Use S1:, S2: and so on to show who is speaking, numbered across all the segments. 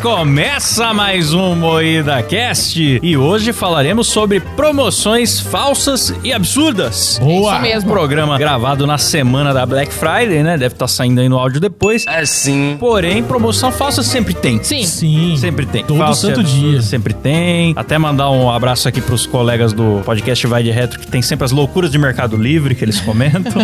S1: Começa mais um Moída Cast e hoje falaremos sobre promoções falsas e absurdas.
S2: Boa! É isso
S1: Um
S2: mesmo.
S1: programa gravado na semana da Black Friday, né? Deve estar saindo aí no áudio depois.
S3: Assim.
S1: Porém, promoção falsa sempre tem.
S2: É. Sim.
S4: Sim.
S1: Sempre tem.
S4: Todo
S1: Falsa e
S4: santo
S1: absurda
S4: dia.
S1: Sempre tem. Até mandar um abraço aqui pros colegas do podcast Vai de Retro, que tem sempre as loucuras de Mercado Livre que eles comentam.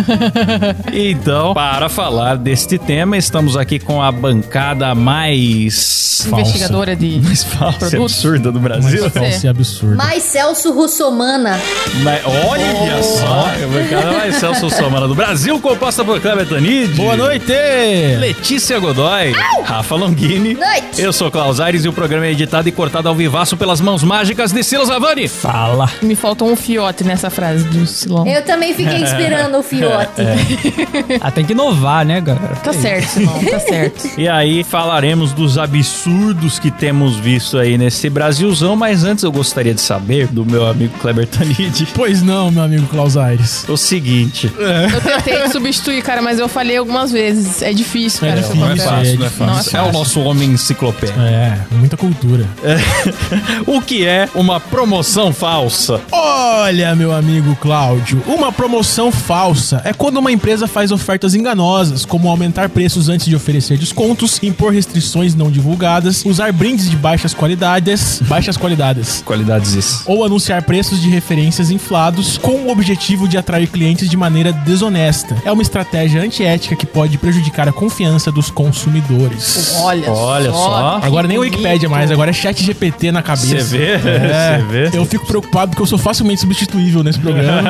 S1: então, para falar deste tema, estamos aqui com a bancada mais
S2: Investigadora de
S1: mais falsa e
S2: produtos.
S1: absurda do Brasil.
S4: Mas falso e absurdo.
S5: Mais Celso Russomana.
S1: Mas olha só, a bancada mais Celso Somana do Brasil, composta por Cleber Tanid.
S4: Boa noite!
S1: Letícia Godoy, Rafa Longini.
S5: Noite.
S1: Eu sou Klaus Aires e o programa é editado e cortado ao vivaço pelas mãos mágicas de Silas Avani.
S4: Fala.
S2: Me faltou um fiote nessa frase do Silão.
S5: Eu também fiquei esperando o fiote.
S4: Ah, tem que inovar, né, galera?
S2: Tá certo, Silão, tá certo.
S1: É E aí falaremos dos absurdos que temos visto aí nesse Brasilzão, mas antes eu gostaria de saber do meu amigo Kleber Tanid
S4: Pois não, meu amigo Klaus Aires. É
S1: o seguinte. é
S2: Eu tentei substituir, cara, mas eu falei algumas vezes. É difícil, cara.
S4: É,
S2: seu
S4: não é
S2: papel.
S4: fácil, não é
S2: Não é
S4: fácil.
S1: É o nosso homem enciclopédia.
S4: É, muita cultura.
S1: O que é uma promoção falsa?
S4: Olha, meu amigo Cláudio, uma promoção falsa é quando uma empresa faz ofertas enganosas, como aumentar preços antes de oferecer descontos, impor restrições não divulgadas, usar brindes de baixas qualidades, baixas qualidades,
S1: Qualidades isso.
S4: ou anunciar preços de referências inflados com o objetivo de atrair clientes de maneira desonesta. É uma estratégia antiética que pode prejudicar a confiança dos consumidores.
S2: Olha,
S1: Olha só.
S2: que
S4: Agora nem o
S2: bonito.
S4: Wikipedia mais, agora é chat GPT na cabeça.
S1: Você vê?
S4: É,
S1: Você vê?
S4: Eu fico preocupado porque eu sou facilmente substituível nesse programa.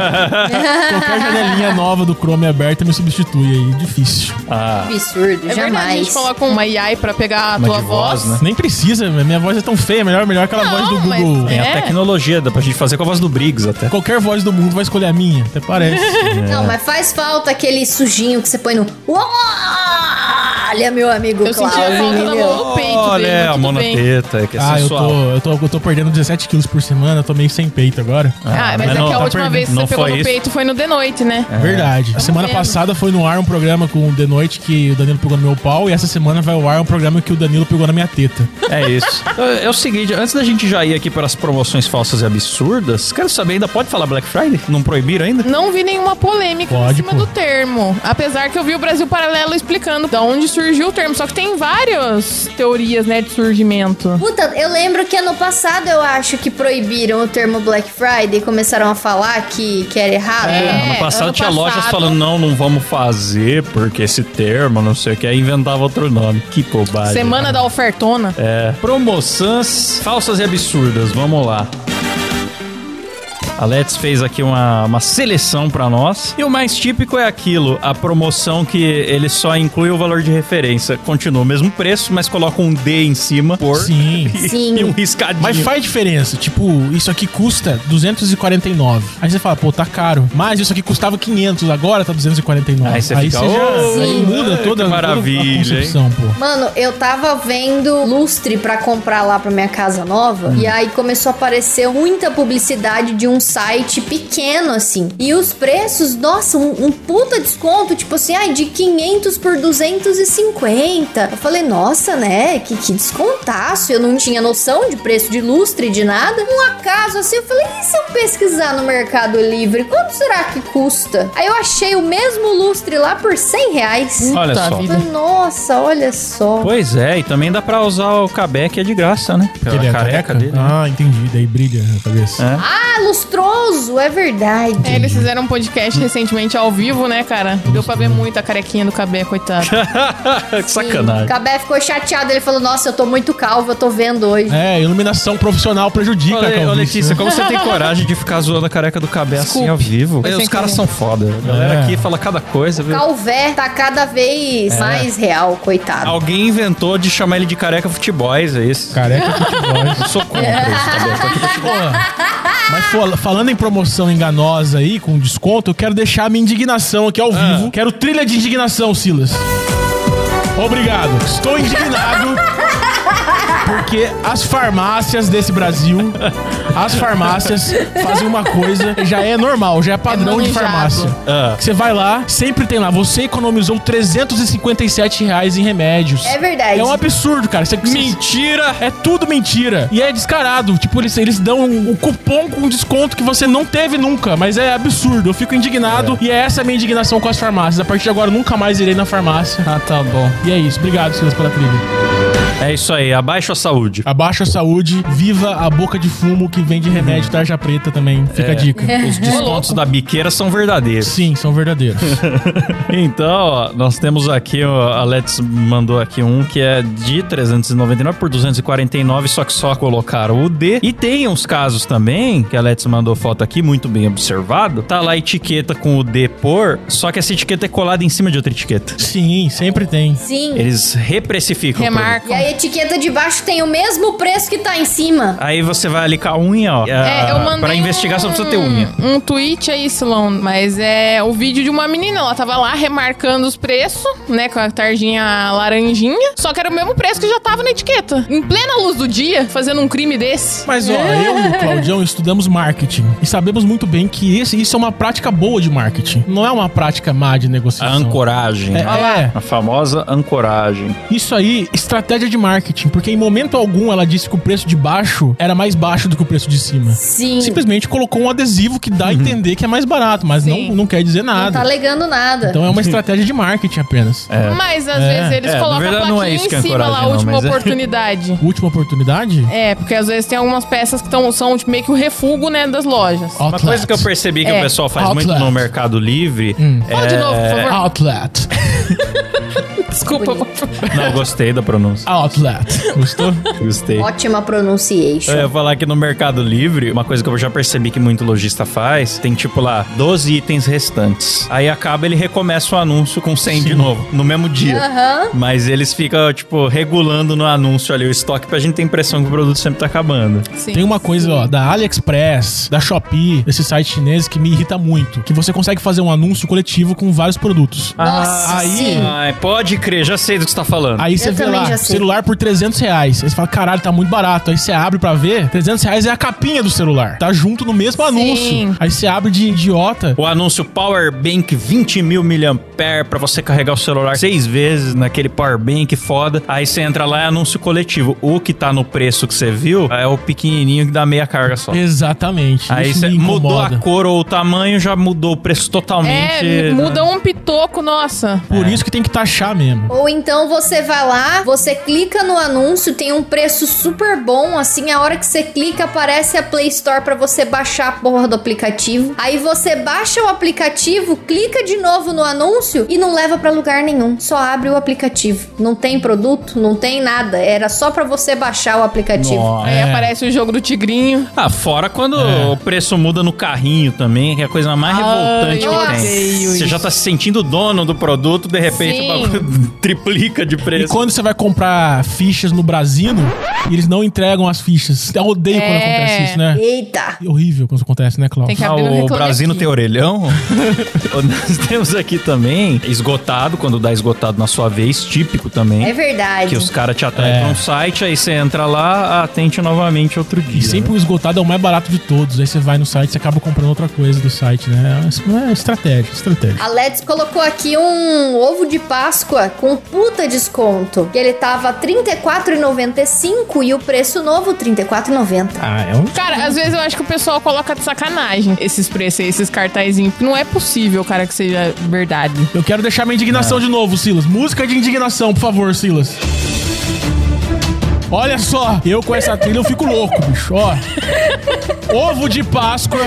S4: Qualquer janelinha nova do Chrome aberta me substitui aí, difícil.
S1: Ah,
S5: Absurdo,
S2: É verdade, a
S5: jamais.
S2: gente coloca uma AI pra pegar a
S1: Uma
S2: tua
S1: de voz,
S2: voz.
S1: né?
S4: Nem precisa, minha voz é tão feia, melhor, melhor aquela
S2: Não,
S4: voz do
S2: mas
S4: Google.
S1: tem
S2: É.
S1: a tecnologia, dá pra gente fazer com a voz do Briggs até.
S4: Qualquer voz do mundo vai escolher a minha, até parece.
S5: Não, mas faz falta aquele sujinho que você põe no. Olha, meu amigo
S2: Eu senti a
S5: Cláudio.
S2: falta da mão no peito
S1: Olha,
S2: dele, mas
S1: a
S2: tudo
S1: mão na
S2: bem.
S1: teta, que é
S4: ah, eu
S1: sensual.
S4: tô, eu, tô, eu tô perdendo 17 quilos por semana, eu tô meio sem peito agora.
S2: Ah, mas
S1: mas
S2: é
S1: não,
S2: que a
S1: tá
S2: última
S1: perdendo.
S2: vez que
S1: Não
S2: você pegou
S1: foi
S2: no
S1: isso.
S2: peito foi no de noite, né?
S4: É. Verdade. semana
S2: Tá vendo.
S4: passada foi no ar um programa com o The Noite que o Danilo pegou no meu pau, e essa semana vai ao ar um programa que o Danilo pegou na minha teta.
S1: É isso. É é o seguinte, antes da gente já ir aqui para as promoções falsas e absurdas, quero saber, ainda pode falar Black Friday? Não proibiram ainda?
S2: Não vi nenhuma polêmica em
S4: Pode,
S2: cima
S4: pô.
S2: do termo. Apesar que eu vi o Brasil Paralelo explicando da onde surgiu o termo. Só que tem várias teorias, né, de surgimento.
S5: Puta, eu lembro que ano passado eu acho que proibiram o termo Black Friday e começaram a falar que, que era errado.
S2: É.
S1: Ah, ano passado
S2: ano
S1: tinha lojas
S2: passado-
S1: falando, não, não vamos fazer, porque esse termo, não sei o que, aí inventava outro nome. Que bobagem.
S2: Semana da ofertona.
S1: É, promoções falsas e absurdas, vamos lá. A Let's fez aqui uma, uma seleção pra nós. E o mais típico é aquilo, a promoção que ele só inclui o valor de referência. Continua o mesmo preço, mas coloca um D em cima. Por
S4: Sim.
S1: E,
S5: Sim.
S1: e um riscadinho.
S4: Mas faz diferença. Tipo, isso aqui custa 249. Aí você fala, pô, tá caro. Mas isso aqui custava 500, agora tá 249.
S1: Aí você fica,
S4: você
S1: "Oh,
S4: já aí
S5: Sim.
S4: muda
S1: que
S4: toda,
S1: maravilha,
S4: toda a concepção, pô.
S5: Mano, eu tava vendo lustre pra comprar lá pra minha casa nova e aí começou a aparecer muita publicidade de um site pequeno assim. E os preços, nossa, um, um puta desconto, tipo assim, ai, de 500 por 250. Eu falei, nossa, né? Que, que descontaço. Eu não tinha noção de preço de lustre, de nada. Um acaso assim, eu falei, e se eu pesquisar no Mercado Livre, quanto será que custa? Aí eu achei o mesmo lustre lá por 100 reais.
S1: Olha
S2: Puta
S1: só.
S2: vida.
S5: Falei, Nossa, olha só.
S1: Pois é, e também dá pra usar o Cabec, é de graça, né? Pela
S4: Ele é careca? Ah, entendi. Daí brilha a cabeça.
S1: É.
S5: Ah, lustroso, é verdade.
S2: É, eles fizeram um podcast recentemente ao vivo, né, cara? Deu pra ver muito a carequinha do cabelo, coitado.
S1: que sacanagem.
S5: O Cabé ficou chateado, ele falou: Nossa, eu tô muito calvo, eu tô vendo hoje.
S4: É, iluminação profissional prejudica a
S1: Olha,
S4: calvície,
S1: Letícia,
S4: né?
S1: como você tem coragem de ficar zoando a careca do Cabé assim ao vivo?
S2: Foi
S1: os
S2: sem
S1: caras
S2: querer.
S1: são foda. né? A galera
S4: É.
S1: aqui fala cada coisa, viu?
S5: Calvé tá cada vez mais real, coitado.
S1: Alguém inventou de chamar ele de careca futeboys, é isso?
S4: Careca futebol.
S1: Eu sou contra isso, Cabé. Tô aqui pra te
S4: Pô, Mas fal- falando em promoção enganosa aí, com desconto, eu quero deixar a minha indignação aqui ao vivo. Quero trilha de indignação, Silas. Obrigado. Estou indignado Porque as farmácias desse Brasil, as farmácias fazem uma coisa, já é normal, já é padrão de
S2: manjado.
S4: farmácia.
S1: Ah.
S4: Que Você vai lá, sempre tem lá, você economizou 357 reais em remédios.
S5: É verdade.
S4: É um absurdo, cara. Você, mentira! É tudo mentira. E é descarado. Tipo, eles, eles dão um, um cupom com desconto que você não teve nunca. Mas é absurdo. Eu fico indignado. E é essa a minha indignação com as farmácias. A partir de agora, eu nunca mais irei na farmácia.
S1: Ah, tá bom.
S4: E é isso. Obrigado, Silas, pela trilha.
S1: É isso aí, abaixo a saúde.
S4: Abaixa a saúde. Viva a boca de fumo que vende remédio tarja preta também. Fica a dica.
S1: Os descontos da biqueira são verdadeiros.
S4: Sim, são verdadeiros.
S1: Então, ó, nós temos aqui, ó, a Let's mandou aqui um que é de 399 por 249, só que só colocaram o D. E tem uns casos também, que a Let's mandou foto aqui, muito bem observado. Tá lá a etiqueta com o D por, só que essa etiqueta é colada em cima de outra etiqueta.
S4: Sim, sempre tem.
S5: Sim.
S1: Eles reprecificam. o produto.
S5: E
S2: Remarcam.
S5: a etiqueta de baixo tem o mesmo preço que tá em cima.
S1: Aí você vai ali com a unha, ó. ah,
S2: É, eu mandei
S1: pra investigar, só precisa ter unha.
S2: Um tweet aí, Silão, mas é o vídeo de uma menina. Ela tava lá remarcando os preços, né? Com a tarjinha laranjinha. Só que era o mesmo preço que já tava na etiqueta. Em plena luz do dia, fazendo um crime desse.
S4: Mas ó,
S5: É.
S4: eu e o Claudião estudamos marketing e sabemos muito bem que esse, isso é uma prática boa de marketing. Não é uma prática má de
S1: A
S4: negociação.
S1: ancoragem.
S4: É, é,
S1: A famosa ancoragem.
S4: isso aí, estratégia de marketing, porque em momento algum ela disse que o preço de baixo era mais baixo do que o preço de cima.
S5: Sim.
S4: Simplesmente colocou um adesivo que dá a
S1: Uhum.
S4: entender que é mais barato, mas
S2: Sim.
S4: não, não quer dizer
S5: Não tá
S4: nada.
S5: alegando nada.
S4: Então é uma estratégia de marketing apenas.
S2: Mas às
S4: É.
S2: vezes eles
S1: É, na
S2: colocam a
S1: verdade, não é
S2: plaquinha
S1: isso
S2: em
S1: que é
S2: cima lá,
S1: ancoragem, não,
S2: última
S1: mas é.
S2: oportunidade.
S4: Última oportunidade?
S2: É, porque às vezes tem algumas peças que tão, são tipo, meio que o refugo, né, das lojas.
S5: É.
S1: Uma coisa que eu percebi que o
S2: É, Hum.
S1: pessoal faz
S4: outlet.
S1: muito no Mercado Livre.
S2: Fala de novo, por favor.
S4: Outlet.
S2: Desculpa.
S1: Não, eu gostei da pronúncia.
S4: Outlet. Gostou?
S2: Ah,
S1: Gostei.
S5: Ótima pronunciation.
S1: Eu ia falar que no Mercado Livre, uma coisa que eu já percebi que muito lojista faz, tem tipo lá 12 itens restantes. Aí acaba ele recomeça o anúncio com 100 de novo, no mesmo dia.
S5: Aham.
S1: Mas eles ficam, tipo, regulando no anúncio ali o estoque pra gente ter a impressão que o produto sempre tá acabando.
S2: Sim.
S4: Tem uma coisa, ó, da AliExpress, da Shopee, desses sites chineses que me irrita muito. Que você consegue fazer um anúncio coletivo com vários produtos.
S1: Ah,
S5: Nossa,
S4: aí-
S5: sim.
S1: Ai, pode crer, já sei do que você tá falando.
S4: Aí você vê
S5: também
S4: lá,
S5: já sei.
S4: celular por 300 reais. Aí você fala, caralho, tá muito barato. Aí você abre pra ver, 300 reais é a capinha do celular. Tá junto no mesmo anúncio. Aí você abre de idiota.
S1: O anúncio Power Bank 20 mil miliampere pra você carregar o celular seis vezes naquele Power Bank foda. Aí você entra lá é anúncio coletivo. O que tá no preço que você viu é o pequenininho que dá meia carga só.
S4: Exatamente.
S1: Aí
S4: isso
S1: você
S4: me
S1: mudou
S4: incomoda.
S1: a cor ou o tamanho, já mudou o preço totalmente.
S2: É,
S1: né?
S2: muda um pitoco, nossa.
S4: Por isso que tem que taxar mesmo.
S5: Ou então você vai lá, você clica no anúncio, tem um preço super bom, assim, a hora que você clica aparece a Play Store pra você baixar a porra do aplicativo. Aí você baixa o aplicativo, clica de novo no anúncio e não leva pra lugar nenhum. Só abre o aplicativo. Não tem produto, não tem nada. Era só pra você baixar o aplicativo.
S1: Nossa.
S2: Aí aparece o jogo do tigrinho.
S1: Ah, fora quando
S2: É.
S1: o preço muda no carrinho também, que é a coisa mais
S2: Ai,
S1: revoltante
S2: Ah, eu
S1: que tem.
S2: odeio
S1: Você
S2: isso.
S1: já tá se sentindo dono do produto, de repente
S2: Sim.
S1: o bagulho triplica de
S4: E
S1: preço.
S4: quando você vai comprar fichas no Brasino, eles não entregam as fichas. Eu odeio quando
S2: É.
S4: acontece isso, né?
S5: Eita!
S4: É horrível quando isso acontece, né, Cláudio?
S2: Tem que
S1: Ah,
S2: abrir no
S1: o
S2: Reclame
S1: Brasino
S2: Aqui.
S1: tem orelhão? Nós temos aqui também esgotado, quando dá esgotado na sua vez, típico também.
S5: É verdade.
S1: que os caras te atraem
S4: É.
S1: pra um site, aí você entra lá, atente novamente outro dia.
S4: E sempre o esgotado é o mais barato de todos. Aí você vai no site, você acaba comprando outra coisa do site, né? Isso não é estratégia, estratégia.
S5: A Let's colocou aqui um ovo de Páscoa com puta desconto. Que ele tava R$ 34,95 e o preço novo R$ 34,90.
S4: Ah, é um...
S2: Cara, às vezes eu acho que o pessoal coloca de sacanagem esses preços aí, esses cartazinhos. Porque não é possível, cara, que seja verdade.
S4: Eu quero deixar minha indignação de novo, Silas. Música de indignação, por favor, Silas. Olha só, eu com essa trilha eu fico louco, bicho. Ó. Ovo de Páscoa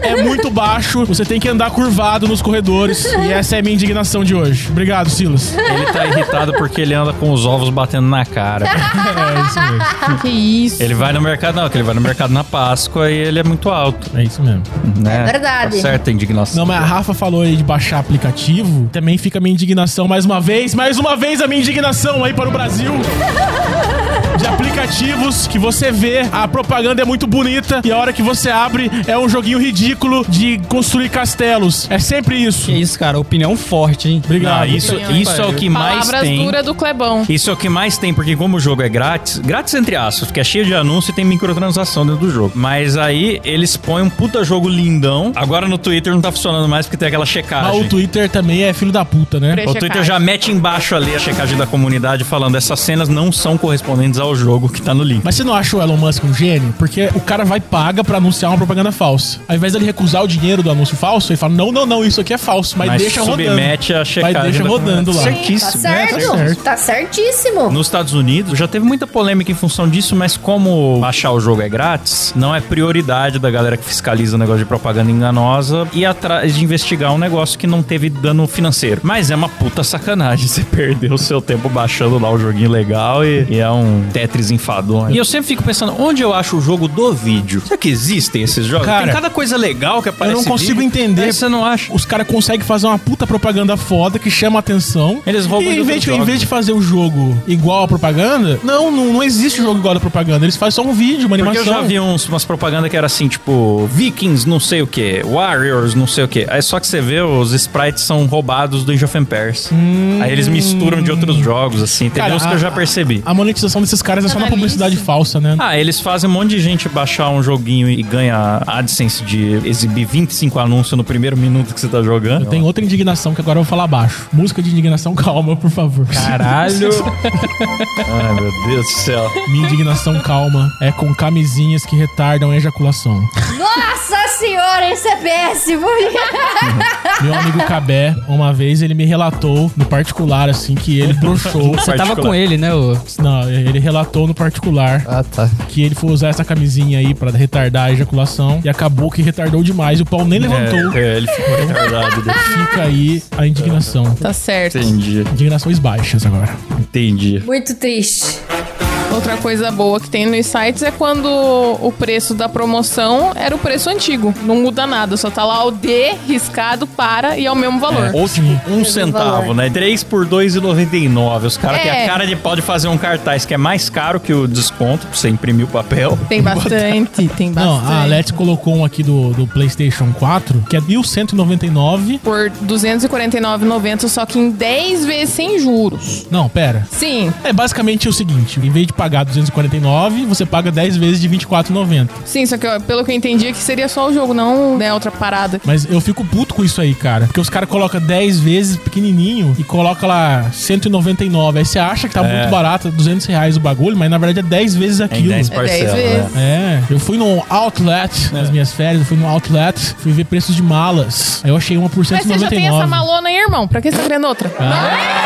S4: é muito baixo, você tem que andar curvado nos corredores. E essa é a minha indignação de hoje. Obrigado, Silas.
S1: Ele tá irritado porque ele anda com os ovos batendo na cara.
S4: É isso mesmo.
S2: Ah, Que isso.
S1: Ele vai no mercado, não, que ele vai no mercado na Páscoa e ele é muito alto,
S4: É isso mesmo.
S1: né?
S5: É verdade.
S1: Tá certa indignação.
S4: Não, mas a Rafa falou aí de baixar aplicativo. Também fica a minha indignação mais uma vez. Mais uma vez a minha indignação aí para o Brasil. de aplicativos que você vê, a propaganda é muito bonita e a hora que você abre é um joguinho ridículo de construir castelos. É sempre isso.
S3: Que isso, cara, opinião forte, hein?
S4: Obrigado.
S1: Não, isso,
S2: Não,
S1: isso é o que mais
S2: Palavras
S1: tem.
S2: duras do Clebão.
S1: Isso é o que mais tem, porque como o jogo é grátis, grátis entre aspas, porque é cheio de anúncio e tem microtransação dentro do jogo. Mas aí eles põem um puta jogo lindão. Agora no Twitter não tá funcionando mais porque tem aquela
S4: Mas Ah, o
S1: checagem.
S4: Twitter também é filho da puta, né?
S2: Pre-
S1: O Twitter já mete embaixo ali a checagem da comunidade falando essas cenas não são correspondentes ao jogo que tá no link.
S4: Mas você não acha o Elon Musk um gênio? Porque o cara vai e paga pra anunciar uma propaganda falsa. Ao invés dele recusar o dinheiro do anúncio falso, ele fala: não, não, não, isso aqui é falso. Mas,
S1: Mas
S4: deixa rodando.
S1: submete a checagem.
S4: Mas deixa
S1: da
S4: rodando lá.
S1: comunidade.
S5: Tá
S1: Certíssimo. né?
S5: certo, tá certíssimo.
S1: Nos Estados Unidos já teve muita polêmica em função disso, mas como baixar o jogo é grátis, não é prioridade da galera que fiscaliza o negócio de propaganda enganosa e atrás de investigar um negócio que não teve dano financeiro. Mas é uma puta sacanagem você perder o seu tempo baixando lá o joguinho legal e, e é um Tetris enfadonho. E eu sempre fico pensando, onde eu acho o jogo do vídeo? Será que existem esses jogos?
S4: Cara,
S1: Tem cada coisa legal que aparece.
S4: não consigo
S1: vídeo,
S4: entender.
S1: aí Você não acha?
S4: Os caras conseguem fazer uma puta propaganda foda que chama a atenção.
S1: Eles roubam
S4: e
S1: de
S4: em vez,
S1: outros
S4: de, em vez
S1: jogos.
S4: de fazer o jogo igual à propaganda, não, não, não existe jogo igual à propaganda. Eles fazem só um vídeo, uma
S1: Porque
S4: animação.
S1: eu já vi uns, umas propagandas que era assim, tipo, Vikings não sei o que, Warriors não sei o que. Aí só que você vê, os sprites são roubados do Age of Empires. Aí eles misturam de outros jogos, assim. Tem
S4: Hum. Cara,
S1: uns que
S4: a-
S1: eu já percebi.
S4: A monetização desses caras é só na
S2: Canalice.
S4: publicidade falsa, né?
S1: Ah, eles fazem um monte de gente baixar um joguinho e ganha AdSense de exibir 25 anúncios no primeiro minuto que você tá jogando.
S4: Eu tenho outra indignação que agora eu vou falar baixo. Música de indignação calma, por favor.
S3: Caralho.
S1: Ai, meu Deus do céu.
S4: Minha indignação calma é com camisinhas que retardam a ejaculação.
S5: Nossa senhora, isso é péssimo.
S4: Meu amigo Cabé, uma vez ele me relatou no particular, assim, que ele broxou.
S3: Você tava com ele, né, ô?
S4: Não, ele relatou no particular
S3: Ah, tá.
S4: que ele foi usar essa camisinha aí pra retardar a ejaculação e acabou que retardou demais. O pau nem levantou.
S1: É, é, ele ficou retardado.
S4: Fica aí a indignação.
S2: Tá certo.
S1: Entendi,
S4: Indignações baixas agora.
S1: entendi.
S5: Muito triste.
S2: Outra coisa boa que tem nos sites é quando o preço da promoção era o preço antigo. Não muda nada, só tá lá o D riscado para e é o mesmo valor.
S1: Ou tipo, um centavo,
S5: valor.
S1: né? 3 por 2,99. Os caras
S2: É.
S1: têm a cara de pau de fazer um cartaz que é mais caro que o desconto pra você imprimir o papel.
S2: Tem bastante, tem
S4: Não, ah,
S2: bastante.
S4: a Alex colocou um aqui do, do PlayStation 4, que é 1199.
S2: Por 249,90, só que em 10 vezes sem juros.
S4: Não, pera.
S2: Sim,
S4: É basicamente o seguinte, em vez de pagar 249, você paga 10 vezes de 24,90.
S2: sim, só que ó, pelo que eu entendi é que seria só o jogo, não né, outra parada.
S4: Mas eu fico puto com isso aí, cara. Porque os caras colocam 10 vezes pequenininho e coloca lá 199. Aí você acha que tá
S1: É.
S4: muito barato, 200 reais o bagulho, mas na verdade é 10 vezes aquilo.
S1: dez É.
S2: É 10
S1: Parcela, né?
S2: vezes.
S4: É, eu fui num outlet nas minhas férias, eu fui num outlet, fui ver preços de malas. Aí eu achei uma por
S2: Mas você
S4: 199.
S2: já tem essa malona aí, irmão. Pra que você tá querendo outra?
S1: Ah,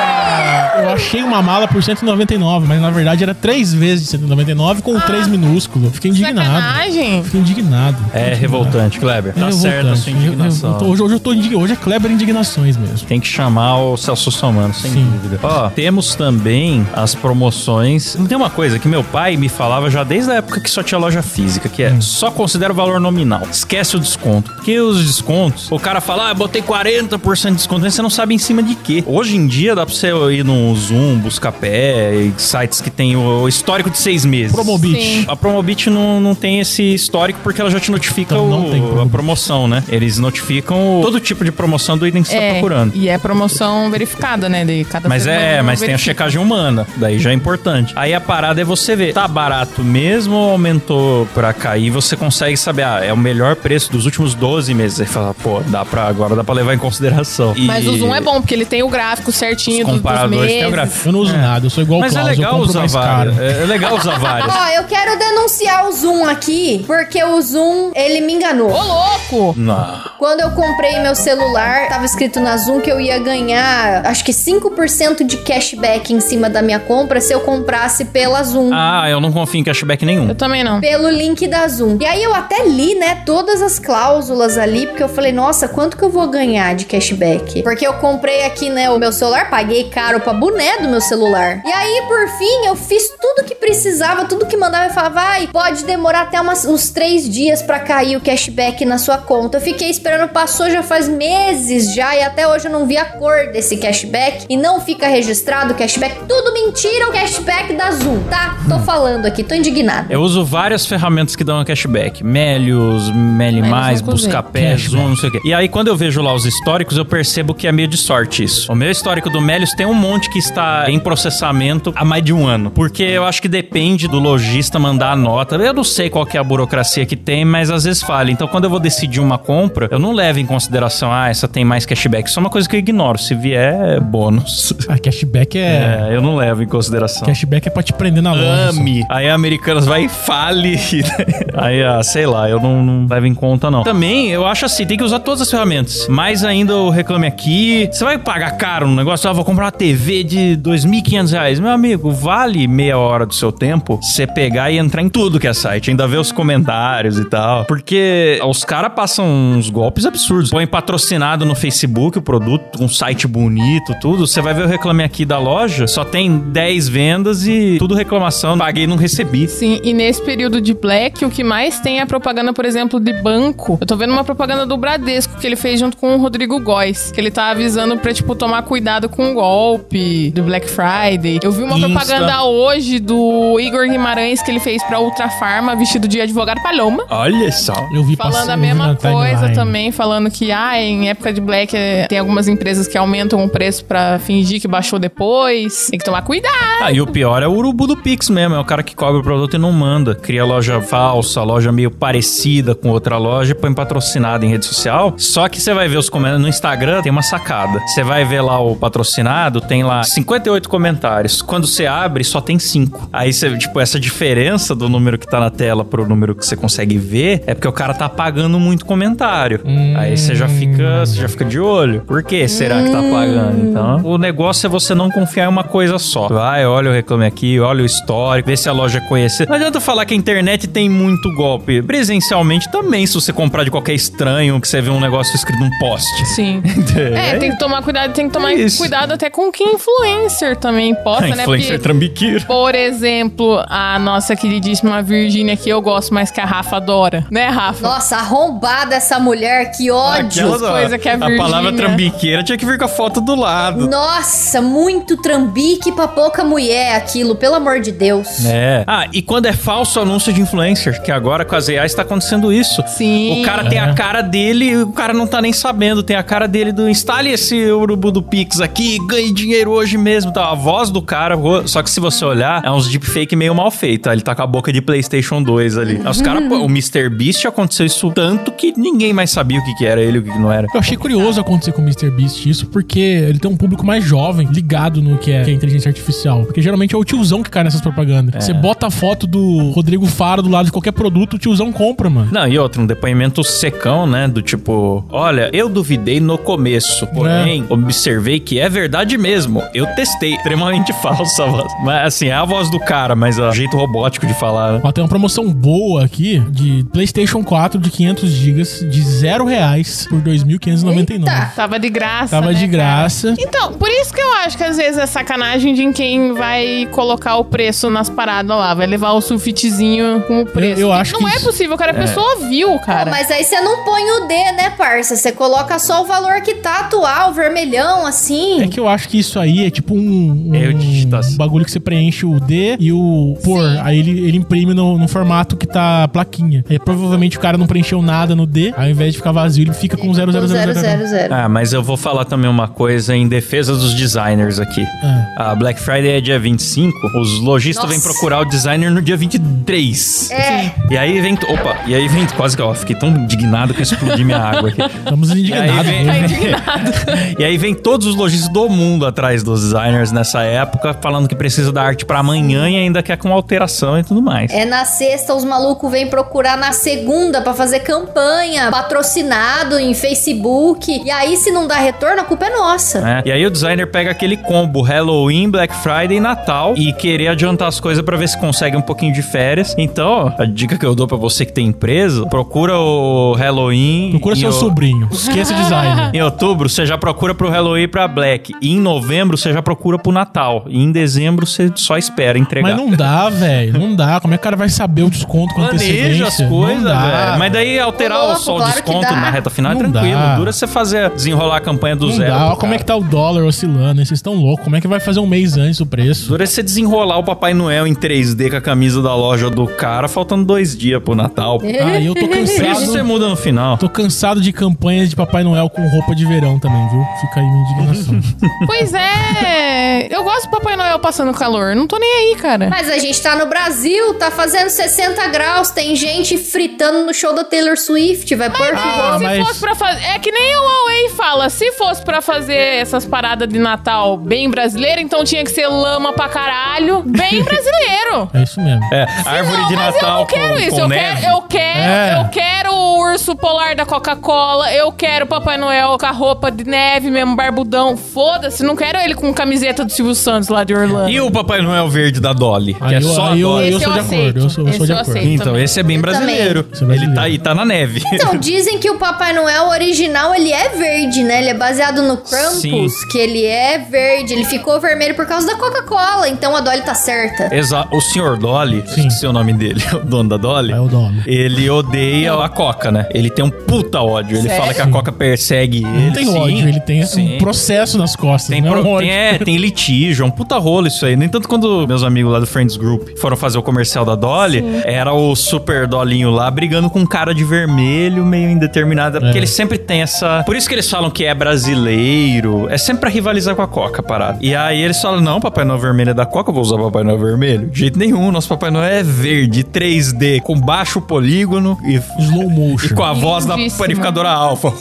S4: Eu achei uma mala por 199, mas na verdade era 3 vezes de 199 com o 3 minúsculo. Fiquei indignado.
S2: Ah. Sacanagem.
S4: Fiquei indignado.
S1: É revoltante, Kleber. Tá
S4: É
S1: certa a
S4: revoltante.
S1: sua
S4: Eu- eu tô-
S1: indignação.
S4: hoje, hoje eu tô indign- hoje é Kleber Indignações mesmo.
S1: Tem que chamar o Celso Somano, sem
S4: Sim.
S1: dúvida. Ó, temos também as promoções. Tem uma coisa que meu pai me falava já desde a época que só tinha loja física, que é
S4: Hum.
S1: só considera o valor nominal. Esquece o desconto. Porque os descontos, o cara fala, ah, eu botei 40% de desconto, mas você não sabe em cima de quê. Hoje em dia dá pra você ir no Zoom, Buscapé, e sites que tem o histórico de seis meses.
S4: Promobit.
S2: Sim.
S1: A Promobit não, não tem esse histórico porque ela já te notifica
S4: Então não
S1: o-
S4: tem Promobit.
S1: a promoção, né? Eles notificam o- todo tipo de promoção do item que você está procurando.
S2: E é promoção verificada, né? De cada
S1: Mas
S2: ser
S1: é,
S2: humano
S1: mas tem a
S2: verifica.
S1: checagem humana, daí já é importante. Aí a parada é você ver, tá barato mesmo ou aumentou pra cair? Você consegue saber, ah, é o melhor preço dos últimos 12 meses. Aí fala, pô, dá pra agora, dá pra levar em consideração. E-
S2: Mas o Zoom é bom, porque ele tem o gráfico certinho
S1: Os
S2: dos, dos
S1: comparadores
S2: meses.
S1: têm o um gráfico.
S4: Eu não uso nada, eu sou igual o
S1: Mas é
S4: Klaus, eu
S1: legal
S4: compro
S1: usar
S4: mais caro.
S1: várias. É é legal usar várias.
S5: Ó, eu quero denunciar o Zoom aqui, porque o Zoom, ele me enganou.
S2: Ô, louco!
S1: Não.
S5: Quando eu comprei meu celular, tava escrito na Zoom que eu ia ganhar, acho que 5% de cashback em cima da minha compra se eu comprasse pela Zoom.
S1: Ah, eu não confio em cashback nenhum.
S2: Eu também não.
S5: Pelo link da Zoom. E aí eu até li, né, todas as cláusulas ali, porque eu falei, nossa, quanto que eu vou ganhar de cashback? Porque eu comprei aqui, né, o meu celular, paguei caro pra boné do meu celular. E aí, por fim, eu fiz tudo que precisava, tudo que mandava, eu falava, ai, pode demorar até umas- uns três dias pra cair o cashback na sua conta. Eu fiquei esperando, passou já faz meses já e até hoje eu não vi a cor desse cashback e não fica registrado o cashback. Tudo mentira o cashback da Zoom, tá? Tô falando aqui, tô indignada.
S1: Eu uso várias ferramentas que dão cashback. Melios, Meli+,
S2: Melios
S1: mais,
S2: nunca usei.
S1: Buscapé, Zoom, não sei o quê. E aí, quando eu vejo lá os históricos, eu percebo que é meio de sorte isso. O meu histórico do Melios tem um monte que está em processamento há mais de um ano. Porque eu acho que depende do lojista mandar a nota. Eu não sei qual que é a burocracia que tem, mas às vezes falha. Então, quando eu vou decidir uma compra, eu não levo em consideração, ah, essa tem mais cashback. Isso é uma coisa que eu ignoro. Se vier, é bônus.
S4: Ah, cashback é.
S1: É, eu não levo em consideração.
S4: Cashback é pra te prender na loja. só.
S1: Ame. Aí a Americanas vai e fale. Aí, ah, sei lá, eu não, não levo em conta, não. Também, eu acho assim, tem que usar todas as ferramentas. Mais ainda o Reclame Aqui. Você vai pagar caro no negócio? Ah, vou comprar uma TV de 2.500 reais. Meu amigo, vale meia hora do seu tempo você é pegar e entrar em tudo que é site. Ainda ver os comentários e tal. Porque os caras passam uns golpes absurdos. Põe patrocinado no Facebook o produto, um site bonito, tudo. Você vai ver o Reclame Aqui da loja, só tem 10 vendas e tudo reclamação. Paguei e não recebi.
S2: Sim, e nesse período de Black, o que mais tem é propaganda, por exemplo, de banco. Eu tô vendo uma propaganda do Bradesco que ele fez junto com o Rodrigo Góes, que ele tá avisando pra, tipo, tomar cuidado com o golpe do Black Friday. Eu vi uma
S1: Insta.
S2: propaganda hoje do Igor Guimarães que ele fez pra Ultra Farma, vestido de advogado paloma.
S1: Olha só.
S4: Eu vi
S2: Falando
S4: passando-
S2: a
S4: eu vi na
S2: mesma coisa
S4: timeline.
S2: também, falando que ah, em época de Black eh, tem algumas empresas que aumentam o preço pra fingir que baixou depois. Tem que tomar cuidado.
S1: Ah, e o pior é o urubu do Pix mesmo. É o cara que cobra o produto e não manda. Cria loja falsa, loja meio parecida com outra loja, e põe patrocinado em rede social. Só que você vai ver os comentários no Instagram, tem uma sacada. Você vai ver lá o patrocinado, tem lá 58 comentários. Quando você abre, só tem 5. Aí você, tipo, essa diferença do número que tá na tela pro número que você consegue ver é porque o cara tá apagando muito comentário.
S2: Hum.
S1: Aí você já fica, você já fica de olho. Por que será que tá apagando?
S2: Hum.
S1: Então, o negócio é você não confiar em uma coisa só. Vai, olha o reclame aqui, olha o histórico, vê se a loja é conhecida. Não adianta falar que a internet tem muito golpe. Presencialmente também, se você comprar de qualquer estranho que você vê um negócio escrito num poste.
S2: Sim. É, tem que tomar cuidado, tem que
S4: É
S2: tomar
S1: isso.
S2: cuidado até com que influencer também posta,
S4: Ah,
S2: né?
S1: Influencer
S2: Porque,
S1: trambiqueiro.
S2: por exemplo, a nossa queridíssima Virgínia, que eu gosto mais que a Rafa adora, né, Rafa?
S5: Nossa, arrombada essa mulher, que ódio!
S1: Aquela-
S2: coisa que é né? a Virgínia-
S1: palavra trambiqueira tinha que vir com a foto do lado.
S5: Nossa, muito trambique pra pouca mulher aquilo, pelo amor de Deus.
S1: É. Ah, e quando é falso anúncio de influencer, que agora com as AIs tá acontecendo isso.
S2: Sim.
S1: O cara tem a cara dele, o cara não tá nem sabendo, tem a cara dele do instale esse urubu do Pix aqui, ganhe dinheiro hoje mesmo, tá? A voz do cara, ro- só que se você olhar, é uns deepfake meio mal feito, tá? ele tá com a boca de Playstation 2 ali. Os caras, pô, o Mr. Beast aconteceu isso tanto que ninguém mais sabia o que, que era ele e o que, que não era.
S4: Eu achei curioso acontecer com o Mr. Beast isso, porque ele tem um público mais jovem ligado no que é, que é inteligência artificial. Porque geralmente é o tiozão que cai nessas propagandas.
S1: É.
S4: Você bota a foto do Rodrigo Faro do lado de qualquer produto, o tiozão compra, mano.
S1: Não, e outro, um depoimento secão, né? Do tipo, olha, eu duvidei no começo, porém, observei que é verdade mesmo. Eu testei. Extremamente falsa a voz. Mas assim, é a voz do cara, mas é o jeito robótico de falar, né?
S4: Ó, tem uma promoção boa aqui de PlayStation 4 de 500 GB de zero reais por 2.599.
S5: Eita!
S2: Tava de graça.
S4: Tava
S2: né,
S4: de
S2: cara?
S4: graça.
S2: Então, por isso que eu acho que às vezes é sacanagem de quem vai colocar o preço nas paradas lá, vai levar o sulfitezinho com o preço.
S4: eu acho
S2: não
S4: que
S2: é
S4: isso-
S2: possível, cara. A pessoa viu,
S5: Pô,
S2: cara.
S5: mas aí você não põe o D, né, parça? Você coloca só o valor que tá atual, vermelhão, assim.
S4: É que eu acho que isso aí é tipo um, um
S1: É, o digitação.
S4: bagulho que você preenche o D e o por. Aí ele, ele imprime no, no formato que tá a plaquinha. Aí provavelmente o cara não preencheu nada no D, ao invés de ficar vazio, ele fica com 000.
S5: Com zero, zero, zero.
S1: Ah, mas eu vou falar também uma coisa em defesa dos designers aqui. A Black Friday é dia 25, os lojistas
S5: Nossa.
S1: vêm procurar o designer no dia 23.
S5: É,
S1: E aí vem. Opa, e aí vem. Quase que. Ó, fiquei tão indignado que eu explodi minha água aqui.
S4: Estamos indignados.
S1: E aí vem-
S4: hoje.
S1: E aí vem todos os lojistas do mundo atrás dos designers nessa época, falando que precisa da arte pra amanhã e ainda quer com alteração e tudo mais.
S5: é na sexta os malucos vêm procurar na segunda pra fazer campanha, patrocinado em Facebook. E aí se não dá retorno, a culpa é nossa.
S1: né? E aí o designer pega aquele combo Halloween, Black Friday e Natal e querer adiantar as coisas pra ver se consegue um pouquinho de férias. Então, a dica que eu dou pra você que tem empresa, procura o Halloween.
S4: Procura
S1: em
S4: seu
S1: o-
S4: sobrinho. Esqueça o design.
S1: Em outubro, você já procura pro Halloween e pra Black. E em novembro, você já procura pro Natal. E em dezembro, você só espera entregar.
S4: Mas não dá, velho. Não dá. Como é que o cara vai vai saber o desconto com
S1: Planeja as
S4: antecedência. Não
S1: coisas,
S4: dá,
S1: velho. Mas daí alterar
S5: Ô,
S1: o sol
S5: claro que
S1: desconto
S5: dá.
S1: na reta final é
S4: Não
S1: tranquilo.
S4: dá.
S1: Dura você fazer é, desenrolar a campanha do
S4: Não
S1: zero.
S4: dá,
S1: pro
S4: olha como é
S1: cara.
S4: que tá o dólar oscilando, hein? Vocês estão loucos. Como é que vai fazer um mês antes o preço?
S1: Dura é você desenrolar o Papai Noel em 3D com a camisa da loja do cara, faltando dois dias pro Natal. O
S4: Ah, e eu tô
S1: preço você
S4: cansado.
S1: muda no final.
S4: Tô cansado de campanhas de Papai Noel com roupa de verão também, viu? Fica aí minha indignação.
S2: Pois é. Eu gosto do Papai Noel passando calor. Não tô nem aí, cara.
S5: Mas a gente tá no Brasil, tá fazendo 60 graus, tem gente fritando no show da Taylor Swift, vai por
S4: Ah,
S2: se
S4: mas-
S2: fosse pra fazer. É que nem o Huawei fala. Se fosse pra fazer essas paradas de Natal bem brasileira, então tinha que ser lama pra caralho. Bem brasileiro.
S4: É isso mesmo.
S1: É, árvore
S2: Não,
S1: de
S2: mas eu
S1: Natal
S2: não quero
S1: com,
S2: isso.
S1: com
S2: eu,
S1: neve.
S2: Quero, eu quero,
S4: É.
S2: eu quero o urso polar da Coca-Cola. Eu quero o Papai Noel com a roupa de neve mesmo, barbudão. Foda-se, não quero ele com camiseta do Silvio Santos lá de Orlando.
S1: E o Papai Noel verde da Dolly, que
S4: Aí
S1: é
S4: eu-
S1: só a
S4: aí eu-
S1: Dolly.
S4: aí eu
S2: Esse
S4: sou
S2: eu
S4: de acordo. Eu
S2: aceito.
S4: sou, eu sou
S2: Esse
S4: de
S2: eu
S4: acordo.
S2: aceito.
S1: Então, esse é bem
S5: Eu
S1: brasileiro.
S4: Esse é brasileiro.
S1: Ele tá aí, tá na neve.
S5: Então, dizem que o Papai Noel original, ele é verde, né? Ele é baseado no Krampus,
S1: Sim.
S5: que ele é verde. Ele ficou vermelho por causa da Coca-Cola, então a Dolly tá certa.
S1: Exa o senhor Dolly,
S4: Sim.
S1: esqueci o nome dele, o dono da Dolly.
S4: É o dono.
S1: Ele odeia a Coca, né? Ele tem um puta ódio. Ele
S2: Sério?
S1: fala que a Coca persegue ele.
S4: Não tem
S1: sim.
S4: ódio, ele tem
S1: Sim.
S4: um processo nas costas.
S1: Tem,
S4: não é
S1: pro-
S4: um ódio.
S1: tem, é, tem litígio, é um puta rolo isso aí. Nem tanto quando meus amigos lá do Friends Group foram fazer o comercial da Dolly, era o super Dolinho lá brigando com um cara de vermelho meio indeterminada. Porque
S4: É.
S1: ele sempre tem essa. Por isso que eles falam que é brasileiro. É sempre pra rivalizar com a Coca, a parada. E aí eles falam: não, Papai Noel vermelho é da Coca, eu vou usar Papai Noel vermelho. De jeito nenhum, nosso Papai Noel é verde, 3D, com baixo polígono e.
S4: Slow
S1: E
S4: motion.
S1: com a voz da
S2: Lindíssimo.
S1: panificadora alfa.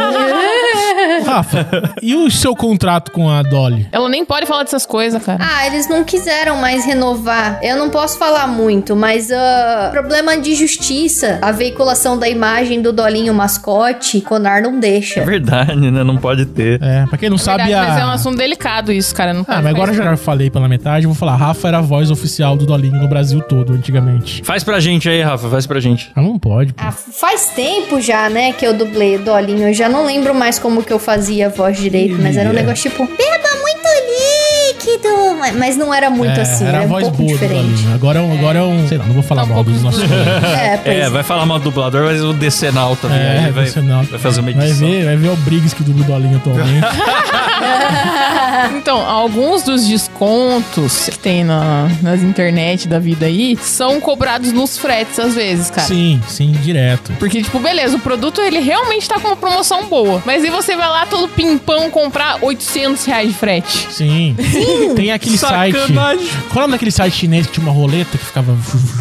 S4: Rafa, e o seu contrato com a Dolly?
S2: Ela nem pode falar dessas coisas, cara.
S5: Ah, eles não quiseram mais renovar. Eu não posso falar muito, mas ah, problema de justiça. A veiculação da imagem do Dolinho mascote, Conar não
S1: É
S5: deixa.
S1: verdade, né? Não pode ter.
S4: É, pra quem não sabe,
S2: Verdade,
S4: a...
S2: Mas é um assunto delicado isso, cara. Não
S4: Ah,
S2: pode
S4: mas agora eu
S2: fazer.
S4: já falei pela metade, eu vou falar. Rafa era a voz oficial do Dolinho no Brasil todo, antigamente.
S1: Faz pra gente aí, Rafa, faz pra gente.
S4: Ah, não pode. pô.
S5: Ah, faz tempo já, né, que eu dublei o Dolinho. Eu já não lembro mais como que eu fazia a voz direito, mas era um negócio tipo... Beba muito líquido! Mas- Mas não era muito
S4: É,
S5: assim,
S4: era
S5: era,
S4: a
S5: um
S4: voz
S5: pouco
S4: boa do
S5: diferente.
S4: Dolinho. Agora é um... Agora é um sei lá, não vou falar mal dos nossos colegas.
S5: É, pois
S1: É, vai falar mal do dublador, mas o decenal também.
S4: É,
S1: aí vai,
S4: você não.
S1: vai fazer uma
S4: Vai
S1: edição.
S4: ver, vai ver o Briggs que dubla o Dolinho tá atualmente.
S2: Então, alguns dos descontos que tem na, nas internet da vida aí são cobrados nos fretes às vezes, cara.
S4: sim, sim, direto.
S2: Porque, tipo, beleza, o produto ele realmente tá com uma promoção boa. Mas e você vai lá todo pimpão comprar 800 reais de frete?
S4: Sim. Tem aquele
S1: Sacanagem.
S4: site. Qual é o nome daquele site chinês que tinha uma roleta que ficava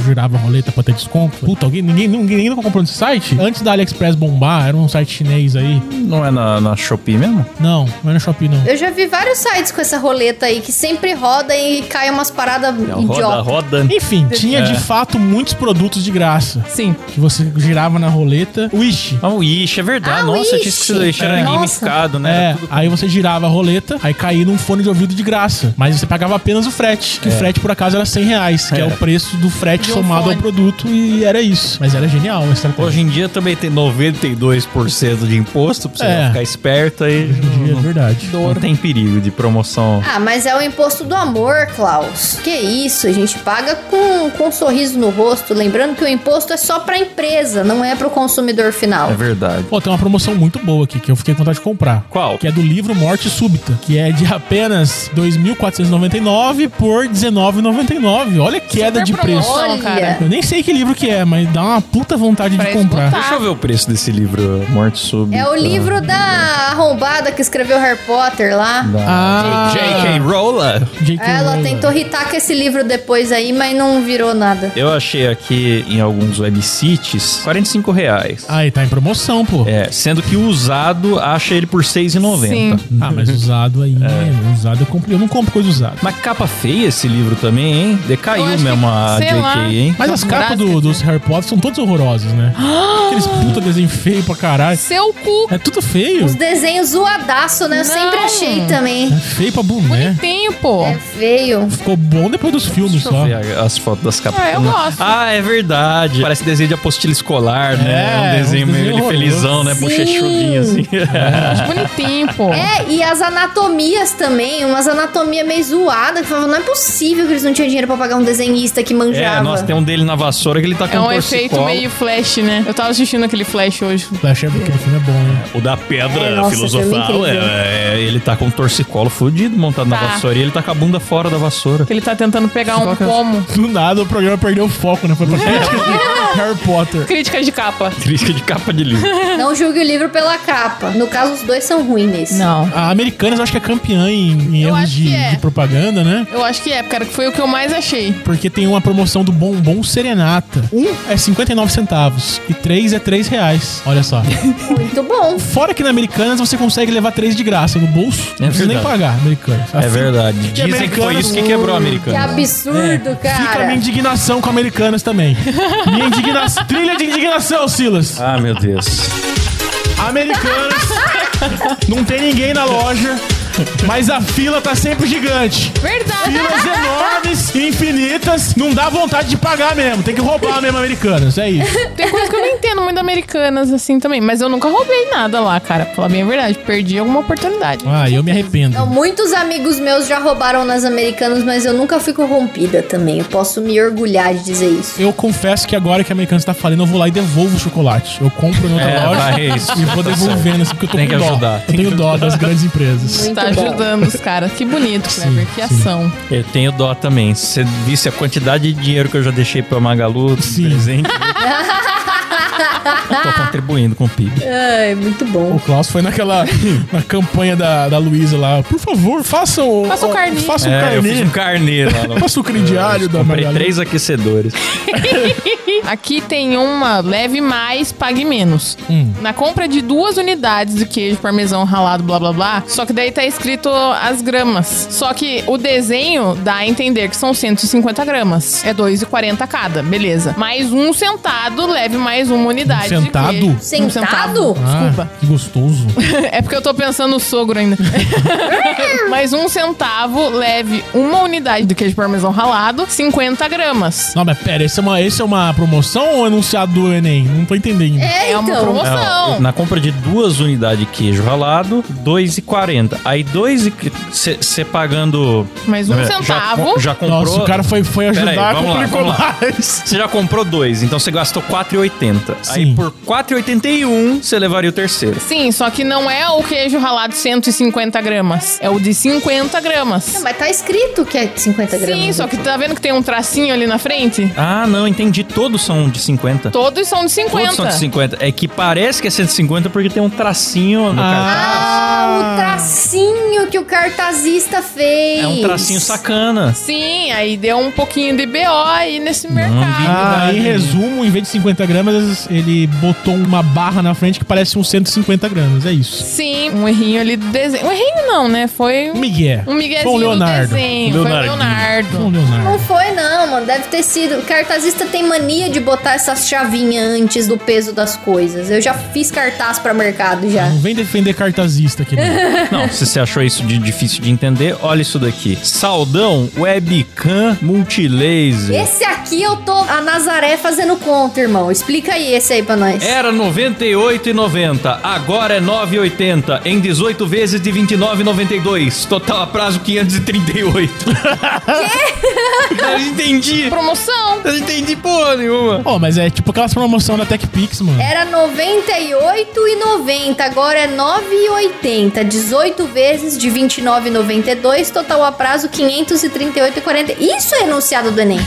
S4: girava a roleta pra ter desconto? Puta, alguém ninguém, ninguém, ninguém nunca comprou nesse site? Antes da AliExpress bombar, era um site chinês aí.
S1: Não é na, na Shopee mesmo?
S4: Não, não é no Shopee não.
S5: Eu já vi vários sites com essa roleta aí que sempre roda e cai umas paradas
S1: É roda,
S5: idiota.
S1: roda.
S4: Enfim,
S1: É.
S4: tinha de fato muitos produtos de graça
S2: Sim.
S4: que você girava na roleta. Wish.
S1: Ah, o Wish, é verdade.
S5: Ah, o
S1: Nossa, eu tinha
S5: Wish.
S1: esquecido. O Wish era
S5: É.
S1: gamificado, né?
S4: É,
S1: Era tudo-
S4: aí você girava a roleta, aí caía num fone de ouvido de graça. Mas você pagava apenas o frete, que o frete por acaso era 100 reais, que é,
S1: É.
S4: o preço do frete
S2: De um
S4: somado
S2: fone.
S4: ao produto, e era isso. Mas era genial a estratégia.
S1: Hoje em dia também tem 92% de imposto, pra você
S4: É.
S1: ficar esperto aí.
S4: em dia, é verdade.
S1: Não tem perigo de promoção.
S5: Ah, mas é o imposto do amor, Klaus. Que isso, a gente paga com, com um sorriso no rosto. Lembrando que o imposto é só pra empresa, não é pro consumidor final.
S1: É verdade.
S4: Pô, tem uma promoção muito boa aqui que eu fiquei com vontade de comprar.
S1: Qual?
S4: Que é do livro Morte Súbita, que é de apenas 2.499 por 19,99. Olha a queda
S2: Super
S4: de preço.
S2: promoção,
S5: Olha.
S2: cara.
S4: Eu nem sei que livro que é, mas dá uma puta vontade
S2: Pra
S4: de comprar.
S2: esgotar.
S1: Deixa eu ver o preço desse livro, Morte Súbita.
S5: É o livro da arrombada que escreveu Harry Potter lá. É,
S4: Ah,
S1: J.K. Rowling.
S4: J.K.
S5: Ela
S4: Rowling.
S5: tentou irritar com esse livro depois aí, mas não virou nada.
S1: Eu achei aqui em alguns websites R$ 45 reais.
S4: Aí tá em promoção, pô.
S1: É, sendo que o usado acha ele por R$ 6,90.
S2: Sim.
S4: Ah, mas usado aí, né? usado eu compro. Eu não compro coisa usada.
S1: Mas capa feia esse livro também, hein? Decaiu
S2: Eu acho que-
S1: mesmo a
S2: sei
S1: JK,
S2: lá.
S1: hein?
S4: Mas as capas do- dos Harry Potter são todas horrorosas, né? Aqueles puta desenho feio pra caralho.
S2: Seu cu
S4: É tudo feio.
S5: Os desenhos zoadaço, né? Eu
S2: Não.
S5: sempre achei também.
S4: Feio pra boné.
S2: bonitinho, pô.
S5: É feio.
S4: Ficou bom depois dos filmes
S1: Deixa eu
S4: só.
S1: ver a- as fotos das capas.
S2: Ah, eu gosto.
S1: Ah, é verdade. Parece desenho de apostila escolar, né? É
S4: É,
S1: um desenho
S4: um
S1: meio
S4: desenho
S1: ele felizão, né?
S5: horroroso.
S1: Bochechudinho assim.
S2: Acho bonitinho, pô.
S5: É, e as anatomias também, umas anatomias meio mais zoada, que falava, não é possível que eles não tinham dinheiro pra pagar um desenhista que manjava.
S1: É, nossa, tem um dele na vassoura que ele tá com
S2: É um
S1: torcicolo.
S2: efeito meio flash, né? Eu tava assistindo aquele flash hoje.
S4: Flash é porque o filme é bom, né?
S1: O da pedra
S5: É, nossa,
S1: filosofal,
S5: filme incrível.
S1: é, é, ele tá com um torcicolo fudido montado na
S2: Tá.
S1: vassoura e ele tá com a bunda fora da vassoura.
S2: Que ele tá tentando pegar um pomo.
S4: Do nada o programa perdeu o foco, né? Foi pra crítica de Harry Potter.
S2: Críticas de capa.
S1: Trisca de capa de livro.
S4: É
S5: Não julgue o livro pela capa. No caso, os dois são ruins nesse.
S2: Não.
S4: A Americanas eu acho que é campeã em, em
S2: Eu
S4: erros
S2: acho
S4: de,
S2: que é.
S4: de propaganda, né?
S2: Eu acho que é, cara, que foi o que eu mais achei.
S4: Porque tem uma promoção do bombom serenata. Um é 59 centavos e três é 3 reais. Olha só.
S5: Muito bom.
S4: Fora que na Americanas você consegue levar três de graça no bolso.
S1: É
S4: não precisa nem
S1: verdade.
S4: pagar, Americanas.
S1: É verdade.
S4: Que
S1: Dizem que foi
S4: americano-
S1: isso que quebrou a
S5: Que
S1: americana.
S5: absurdo,
S4: Fica a
S5: cara.
S4: minha indignação com Americanas também. Minha indignação. Trilha de indignação, Silas.
S1: Ah, meu Deus.
S4: Americanas. não tem ninguém na loja. Mas a fila tá sempre gigante.
S2: Verdade!
S4: Filas enormes, infinitas. Não dá vontade de pagar mesmo. Tem que roubar mesmo, Americanas. É isso.
S2: Tem coisa que eu não entendo muito americanas assim também. Mas eu nunca roubei nada lá, cara. Pra falar bem a verdade. Perdi alguma oportunidade.
S4: Ah, eu me arrependo.
S5: Não, muitos amigos meus já roubaram nas americanas, mas eu nunca fui corrompida também. Eu posso me orgulhar de dizer isso.
S4: Eu confesso que agora que a Americanas tá falando, eu vou lá e devolvo o chocolate. Eu compro em outra
S1: É,
S4: loja
S1: vai, é isso.
S4: e vou
S1: Tá
S4: devolvendo, assim, porque eu tô
S1: Tem
S4: com
S1: que
S4: dó.
S1: ajudar.
S4: Eu tenho dó das grandes empresas.
S2: tá
S5: Muito bom.
S2: ajudando os caras. Que bonito, Kleber. que
S4: sim.
S2: ação.
S1: Eu tenho dó também. Se você visse a quantidade de dinheiro que eu já deixei pra Magalu de
S4: Sim.
S1: presente. Eu tô contribuindo com o PIB.
S5: Ai, muito bom.
S4: O Klaus foi naquela na campanha da, da Luísa lá. Por favor, façam.
S2: Faça o carnê.
S4: Faça o
S1: É, eu fiz
S4: carnê.
S1: um carnê lá. no-
S4: Faça o crediário da
S1: Comprei
S4: Magalu.
S1: três aquecedores.
S2: Aqui tem uma leve mais, pague menos.
S4: Hum.
S2: Na compra de duas unidades de queijo parmesão ralado, blá blá blá, só que daí tá escrito as gramas. Só que o desenho dá a entender que são 150 gramas. É 2,40 cada, beleza. Mais um sentado, leve mais uma unidade. de
S4: sentado?
S2: queijo. Um
S5: Sentado?
S4: Ah,
S2: Desculpa.
S4: que gostoso.
S2: É porque eu tô pensando no sogro ainda. mais um centavo, leve uma unidade de queijo parmesão ralado, 50 gramas.
S4: Não, mas pera, esse é uma, esse é uma promoção ou anunciado do Enem? Não tô entendendo.
S5: É,
S2: É uma
S5: então.
S2: promoção.
S1: Não,
S2: Não.
S1: Na compra de duas unidades de queijo ralado, 2,40. Aí dois e você pagando.
S2: Mais um
S1: é, Já-
S2: centavo.
S1: Já, comprou.
S4: Nossa, o cara foi, foi
S1: Pera aí,
S4: ajudar,
S1: vamos lá,
S4: complicou
S1: vamos lá.
S4: mais.
S1: Você já comprou dois, então você gastou 4,80.
S4: Sim.
S1: Aí por 4,81 você um, levaria o terceiro.
S2: Sim, só que não é o queijo ralado 150 gramas. É o de 50 gramas.
S5: Mas tá escrito que é 50 gramas.
S2: Sim, só que tá vendo que tem um tracinho ali na frente?
S1: Ah, não, entendi. Todos são de 50.
S2: Todos são de 50.
S1: Todos são de 50. É que parece que é 150 porque tem um tracinho no cartaz.
S5: Ah, o tracinho que o cartazista fez.
S1: É um tracinho sacana.
S2: Sim, aí deu um pouquinho de BO aí nesse
S1: vi.
S2: mercado.
S4: Ah, em
S1: Verdade.
S4: resumo, em vez de 50 gramas, ele botou uma barra na frente que parece uns 150 gramas. É isso.
S2: Sim, um errinho ali do desenho. Um errinho não, né? Foi um-
S4: Miguel.
S2: um
S4: Foi
S2: miguezinho
S4: o Leonardo.
S2: do desenho. Foi o
S4: Foi o
S2: Leonardo.
S4: Leonardo.
S5: Não foi, não, mano. Deve ter sido. O cartazista tem mania de botar essas chavinhas antes do peso das coisas. Eu já fiz cartaz pra mercado já.
S4: Não
S1: Hum.
S4: vem defender cartazista aqui. Né?
S1: Não, se você achou isso de difícil de entender, olha isso daqui. Saldão, webcam, multilaser.
S5: Esse aqui eu tô a Nazaré fazendo conta, irmão. Explica aí esse aí pra nós.
S1: Era 98,90, agora é 9,80, em 18 vezes de 29,92, total a prazo 538. Quê? Eu não entendi,
S2: Promoção.
S1: eu não entendi porra nenhuma.
S4: Pô, mas é tipo aquelas promoção da TechPix, mano.
S2: É.
S5: Era 98,90, agora é 9,80. 18 vezes de 29,92, total a prazo 538,40. Isso é enunciado do Enem.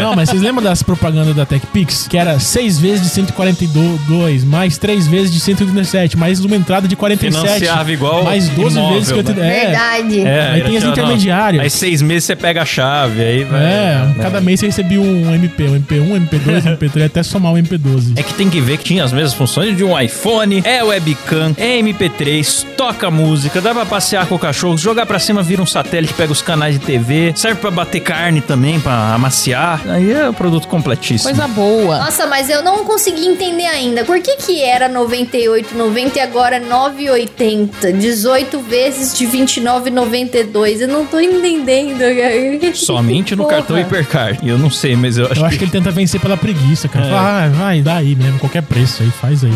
S4: Não, mas vocês lembram das propagandas da TechPix? Que era 6 vezes de 142, mais 3 vezes de 187, mais uma entrada de 47.
S1: Financiava igual
S4: Mais 12
S1: imóvel,
S4: vezes
S1: né?
S4: 50. É.
S5: Verdade.
S4: Aí tem as
S1: tipo,
S4: intermediárias.
S1: não, Aí seis meses você pega a chave, aí vai. né?
S4: É, cada mês você recebia um MP, um MP1, um MP2, um MP3, até somar um MP12.
S1: É que tem que ver que tinha as mesmas funções de um iPhone, é webcam, é MP3, toca música, dá pra passear com o cachorro, jogar pra cima vira um satélite, pega os canais de TV, serve pra bater carne também, pra amaciar. Aí é o produto completíssimo.
S2: Coisa boa.
S5: Nossa, mas eu não consegui entender ainda. Por que que era 98,90 e agora é 9,80? 18 vezes de 29,92. Eu não tô entendendo. cara.
S1: Somente no
S5: Porra.
S1: cartão Hipercard. Eu não sei, mas eu acho,
S4: Eu acho que ele tenta vencer pela preguiça, cara.
S1: É.
S4: Fala, ah, vai, dá aí mesmo, qualquer preço aí, faz aí.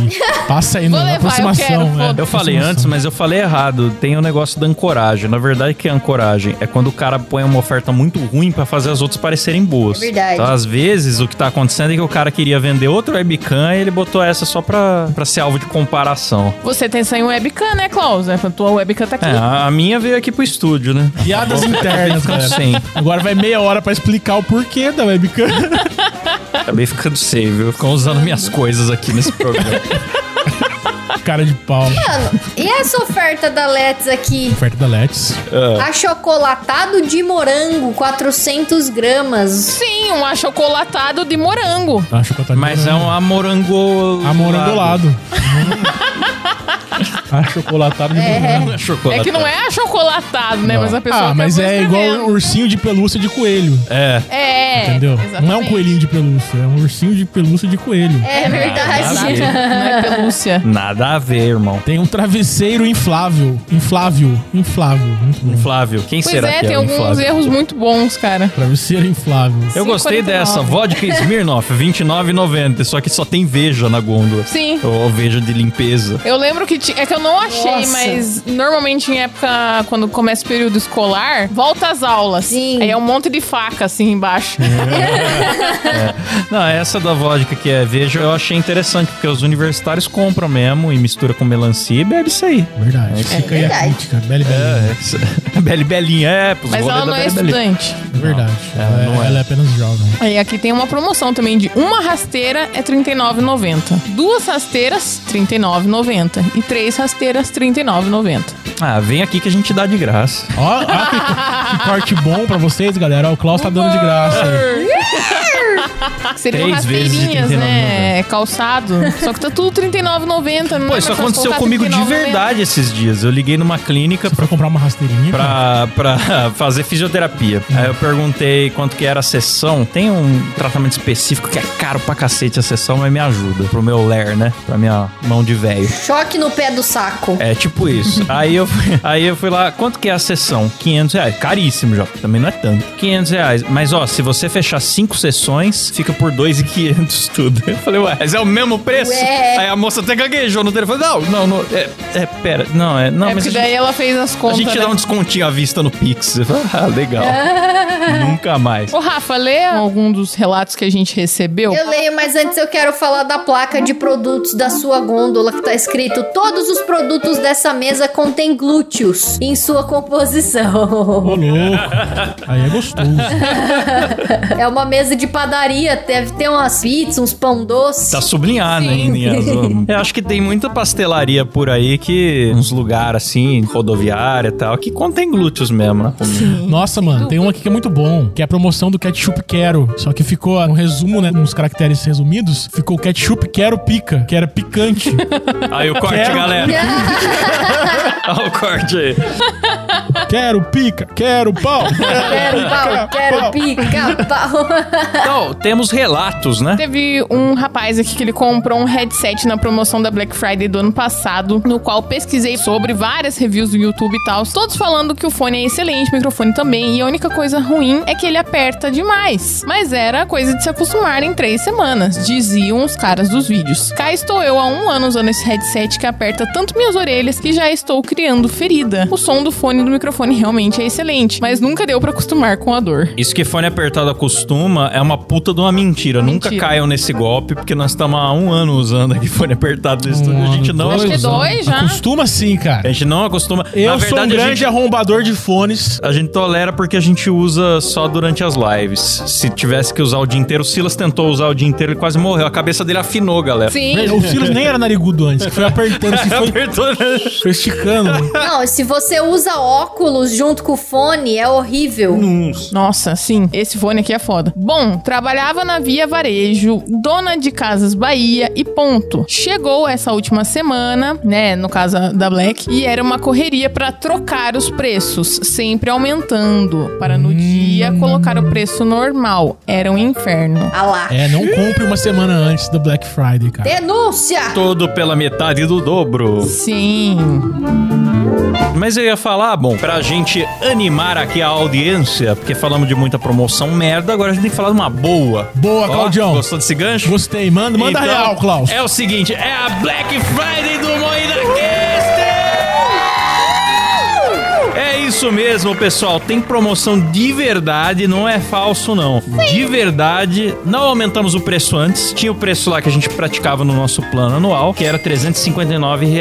S4: Passa aí
S2: Vou
S4: na
S2: levar, eu
S4: aproximação.
S2: quero,
S4: é,
S2: foda-se.
S1: Eu falei
S4: aproximação.
S1: antes, mas eu falei errado. Tem o negócio da ancoragem. Na verdade, o que é ancoragem? É quando o cara põe uma oferta muito ruim pra fazer as outras parecerem boas.
S5: É verdade.
S1: Então, às vezes, o que tá acontecendo é que o cara queria vender outra webcam e ele botou essa só pra, pra ser alvo de comparação.
S2: Você tem sem webcam, né, Klaus? A tua webcam tá aqui.
S1: É, a, a minha veio aqui pro estúdio, né?
S4: Piadas internas,
S1: Ficando
S4: galera.
S1: sem.
S4: Agora vai meia hora pra explicar o porquê da webcam.
S1: Acabei ficando sem, viu? Ficam usando minhas coisas aqui nesse programa.
S4: Cara de pau.
S5: Mano, e essa oferta da Let's aqui?
S4: Oferta da Let's.
S1: É.
S5: Achocolatado de morango, 400 gramas.
S2: Sim, um achocolatado de morango.
S4: Tá, chocolatado de
S1: Mas é
S4: morango.
S1: um amorango...
S4: Amorangolado. Achocolatado de morango.
S1: Chocolate.
S2: É que não é achocolatado, né? Mas a pessoa
S4: Ah, mas
S2: acabou
S4: é igual
S2: escrevendo.
S4: ursinho de pelúcia de coelho.
S1: É.
S2: né? É.
S4: entendeu? Não é um
S2: exatamente.
S4: coelhinho de pelúcia, é um ursinho de pelúcia de coelho.
S5: É verdade.
S1: nada a ver.
S2: Não é pelúcia.
S1: Nada a ver, irmão.
S4: Tem um travesseiro inflável. Inflável. Inflável. Muito bom.
S1: Flávio, quem
S2: Pois
S1: será
S2: é,
S1: que
S2: tem
S1: é o
S2: alguns
S1: Flávio?
S2: erros muito bons, cara.
S4: Travesseiro inflável.
S1: Eu gostei
S2: 5,49.
S1: dessa, vodka Smirnoff, 29,90, só que só tem veja na gôndola.
S2: Sim.
S1: Ou veja de limpeza.
S2: Eu lembro que ti- é que eu não achei,
S5: Nossa.
S2: mas normalmente em época quando começa o período escolar, volta às aulas.
S5: Sim.
S2: Aí é um monte de faca assim embaixo.
S1: Não, essa da vodka que é veja eu achei interessante, porque os universitários compram mesmo e mistura com melancia e bebe isso aí.
S4: Verdade. Fica aí a
S5: verdade.
S4: crítica. Bela e bela.
S1: É, essa- Beli Belinha, é, pros
S2: Mas
S1: rolê
S2: ela
S1: da
S2: não é
S1: Beli Belinha.
S2: estudante.
S4: É verdade.
S1: ela
S4: ela,
S1: não é.
S4: ela é apenas jovem.
S2: Aí aqui tem uma promoção também de uma rasteira é R$ 39,90. Duas rasteiras, R$ 39,90. E três rasteiras, R$ 39,90.
S1: Ah, vem aqui que a gente dá de graça.
S4: Ó, ó que, que corte bom pra vocês, galera. Ó, o Klaus tá dando de graça. aí.
S2: Seriam
S1: Três vezes de
S2: rasteirinhas, né? Calçado. Só que tá tudo R$ 39,90. não é
S1: Pô,
S2: mais
S1: isso
S2: fácil
S1: aconteceu
S2: colocar
S1: comigo de
S2: 39,90.
S1: verdade esses dias. Eu liguei numa clínica
S4: Pra comprar uma rasteirinha.
S1: pra, pra fazer fisioterapia.
S2: Uhum.
S1: Aí eu perguntei quanto que era a sessão. Tem um tratamento específico que é caro pra cacete a sessão, mas me ajuda. Pro meu ler, né? Pra minha mão de velho.
S5: Choque no pé do saco.
S1: É tipo isso. aí, eu, fui- aí eu fui lá, quanto que é a sessão? 500 reais. Caríssimo já, também não é tanto. 500 reais. Mas ó, se você fechar cinco sessões, fica por 2,500 tudo. Eu falei, ué, mas é o mesmo preço?
S5: Ué.
S1: Aí a moça até gaguejou no telefone. Não, não, não. É, é, pera. Não, é. Não,
S2: É
S1: mas.
S2: porque
S1: a
S2: daí
S1: gente-
S2: ela fez as
S1: a
S2: contas.
S1: gente dá
S2: né?
S1: um descontinho à vista no Pix. Eu falo, Ah, legal. Nunca mais.
S2: Ô, Rafa, lê algum dos relatos que a gente recebeu.
S5: Eu leio, mas antes eu quero falar da placa de produtos da sua gôndola que tá escrito: Todos os produtos dessa mesa contêm glúteos em sua composição.
S4: Ô, louco. Aí é gostoso.
S5: É uma mesa de padaria, deve ter umas pizzas, uns pão doce.
S1: Tá sublinhado ainda em azul. Eu acho que tem muita pastelaria por aí que. Uns lugares assim, rodoviária e tal, que contém glúteos mesmo, né?
S4: Nossa, mano, tem um aqui que é muito bom, que é a promoção do ketchup quero. Só que ficou um resumo, né? Uns caracteres resumidos. Ficou ketchup quero pica, que era picante.
S1: Aí o corte,
S4: Quero.
S1: galera.
S4: É.
S1: Olha o corte aí.
S4: quero pica, quero pau.
S5: Ah, Quero pau, quero pica, pau.
S1: Então, temos relatos, né?
S2: Teve um rapaz aqui que ele comprou um headset na promoção da Black Friday do ano passado, no qual pesquisei sobre várias reviews do YouTube e tal, todos falando que o fone é excelente, o microfone também, e a única coisa ruim é que ele aperta demais. Mas era coisa de se acostumar em três semanas, diziam os caras dos vídeos. Cá estou eu há um ano usando esse headset que aperta tanto minhas orelhas que já estou criando ferida. O som do fone e do microfone realmente é excelente, mas nunca deu pra acostumar com a dor.
S1: Isso que fone apertado acostuma é uma puta de uma mentira. Nunca
S2: Mentira.
S1: caiam nesse golpe, porque nós estamos há um ano usando aqui fone apertado no estúdio. a gente não
S2: Acho que é
S1: acostuma.
S2: dois já.
S4: Costuma sim,
S1: A
S4: cara.
S1: gente não acostuma.
S4: Eu
S1: É, Na verdade,
S4: sou um
S1: a
S4: grande
S1: gente
S4: arrombador de fones.
S1: A gente tolera porque a gente usa só durante as lives. Se tivesse que usar o dia inteiro, o Silas tentou usar o dia inteiro, ele quase morreu. A cabeça dele afinou, galera.
S2: Sim.
S4: O Silas nem era narigudo antes, que foi apertando, se foi,
S1: Apertou, né?
S4: foi esticando.
S5: Não, se você usa óculos junto com o fone, é horrível.
S2: Nossa, sim, esse fone aqui é foda. Bom, trabalhava na Via Varejo, dona de Casas Bahia e ponto. Chegou essa última semana, né, no caso da Black, e era uma correria pra trocar os preços, sempre aumentando, para
S1: Hum.
S2: no dia colocar o preço normal. Era um inferno.
S5: Ah lá.
S4: É, não compre uma semana antes do Black Friday, cara.
S5: Denúncia!
S1: Todo pela metade do dobro.
S2: Sim.
S1: Mas eu ia falar, bom, pra gente animar aqui a audiência, porque falamos de muita promoção merda, agora a gente tem que falar de uma boa.
S4: Boa,
S1: Ó,
S4: Claudião.
S1: Gostou desse gancho?
S4: Gostei, manda, manda
S1: Então,
S4: real, Klaus.
S1: É o seguinte, é a Black Friday do Moída Cast! É Isso mesmo, pessoal. Tem promoção de verdade, não é falso, não. De verdade, não aumentamos o preço antes. Tinha o preço lá que a gente praticava no nosso plano anual, que era R$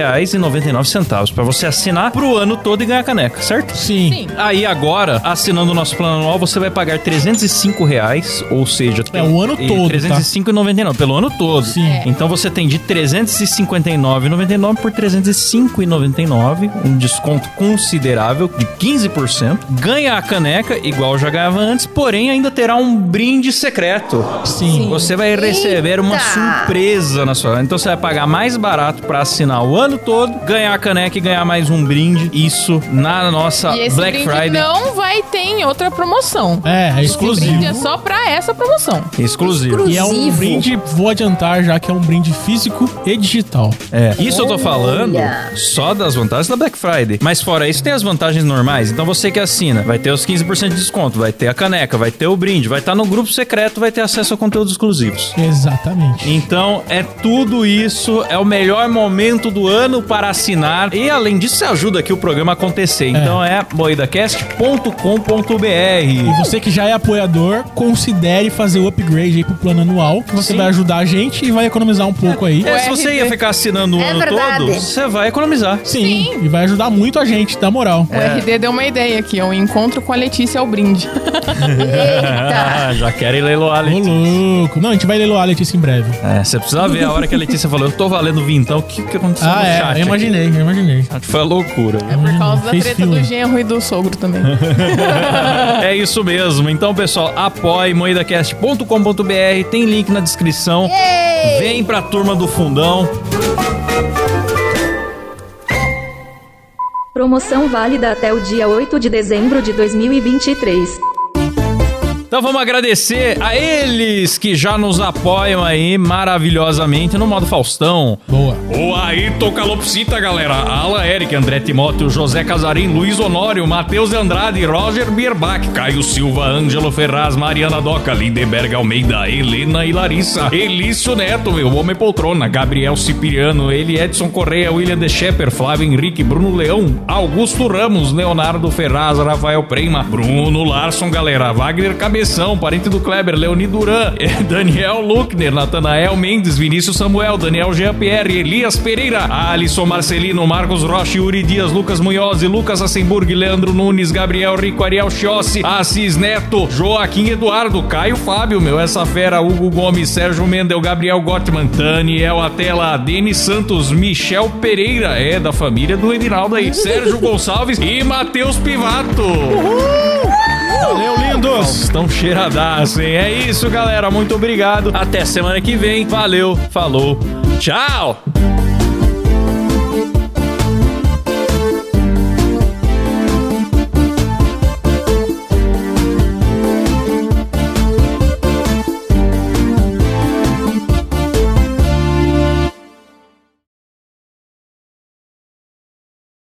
S1: 359,99 para você assinar pro ano todo e ganhar caneca, certo?
S4: Sim.
S2: Sim.
S1: Aí agora, assinando o nosso plano anual, você vai pagar 305 reais, ou seja,
S4: É, o ano
S1: e
S4: todo, tá?
S1: 305,99 pelo ano todo.
S4: Sim. É.
S1: Então você tem de 359,99 por 305,99, um desconto considerável de 15%. Ganha a caneca igual já ganhava antes, porém ainda terá um brinde secreto.
S4: Sim.
S1: Você vai receber uma
S5: Eita!
S1: surpresa na sua. Então você vai pagar mais barato pra assinar o ano todo, ganhar a caneca e ganhar mais um brinde. Isso na nossa
S2: E esse
S1: Black
S2: brinde
S1: Friday.
S2: não vai ter em outra promoção.
S4: É, é
S2: Esse
S4: exclusivo.
S2: brinde é só pra essa promoção.
S1: Exclusivo.
S5: Exclusivo.
S4: E é um brinde, vou adiantar já que é um brinde físico e digital.
S1: É. Isso eu tô falando
S5: Olha.
S1: só das vantagens da Black Friday. Mas fora isso, tem as vantagens normais. Então você que assina, vai ter os 15% de desconto, vai ter a caneca, vai ter o brinde, vai estar no grupo secreto, vai ter acesso a conteúdos exclusivos.
S4: Exatamente.
S1: Então é tudo isso, é o melhor momento do ano para assinar e além disso você ajuda aqui o programa a acontecer. Então é
S4: E
S1: moedacast.com.br.
S4: você que já é apoiador, considere fazer o upgrade aí pro plano anual, que você
S1: Sim.
S4: vai ajudar a gente e vai economizar um pouco aí.
S1: É, se você ia ficar assinando o
S5: É
S1: ano
S5: verdade.
S1: todo, você vai economizar.
S4: Sim, e vai ajudar muito a gente, dá moral.
S2: O
S1: É.
S2: RD deu uma ideia aqui, ó. O encontro com a Letícia é o brinde.
S5: Eita.
S1: Ah, já querem leiloar a
S4: Ô, louco. Não, a gente vai leiloar a Letícia em breve.
S1: É, você precisa ver a hora que a Letícia falou, eu tô valendo vintão, o que, que aconteceu
S4: Ah,
S1: no
S4: é,
S1: chat?
S4: eu imaginei, eu imaginei.
S1: aqui? Foi a loucura. né?
S2: É Por causa da
S4: fez
S2: treta
S4: filme.
S2: do genro e do sogro também.
S1: É isso mesmo. Então, pessoal, apoie moedacast.com.br, tem link na descrição. Vem pra turma do fundão.
S6: Promoção válida até o dia 8 de dezembro de 2023.
S1: Então vamos agradecer a eles que já nos apoiam aí maravilhosamente no modo Faustão.
S4: Boa.
S1: O Ayrton Calopsita, galera. Ala Eric, André Timóteo, José Casarim, Luiz Honório, Matheus Andrade, Roger Bierbach, Caio Silva, Ângelo Ferraz, Mariana Doca, Lindenberg Almeida, Helena e Larissa, Elício Neto, meu homem poltrona, Gabriel Cipriano, ele, Edson Correia, William De Shepper, Flávio Henrique, Bruno Leão, Augusto Ramos, Leonardo Ferraz, Rafael Prema, Bruno Larson, galera, Wagner Cabeção, parente do Kleber, Leoni Duran, É, Daniel Luckner, Natanael Mendes, Vinícius Samuel, Daniel Jean-Pierre, Elias Pereira, Alisson Marcelino, Marcos Rocha, Yuri Dias, Lucas Munhoz, Lucas Assemburg, Leandro Nunes, Gabriel Rico, Ariel Chiossi, Assis Neto, Joaquim Eduardo, Caio Fábio, meu, essa fera, Hugo Gomes, Sérgio Mendel, Gabriel Gottman, Daniel Atela, Denis Santos, Michel Pereira, é da família do Edinaldo aí, Sérgio Gonçalves e Matheus Pivato. Valeu, lindos! Estão cheiradaço, hein? É isso, galera. Muito obrigado. Até semana que vem. Valeu, falou, tchau!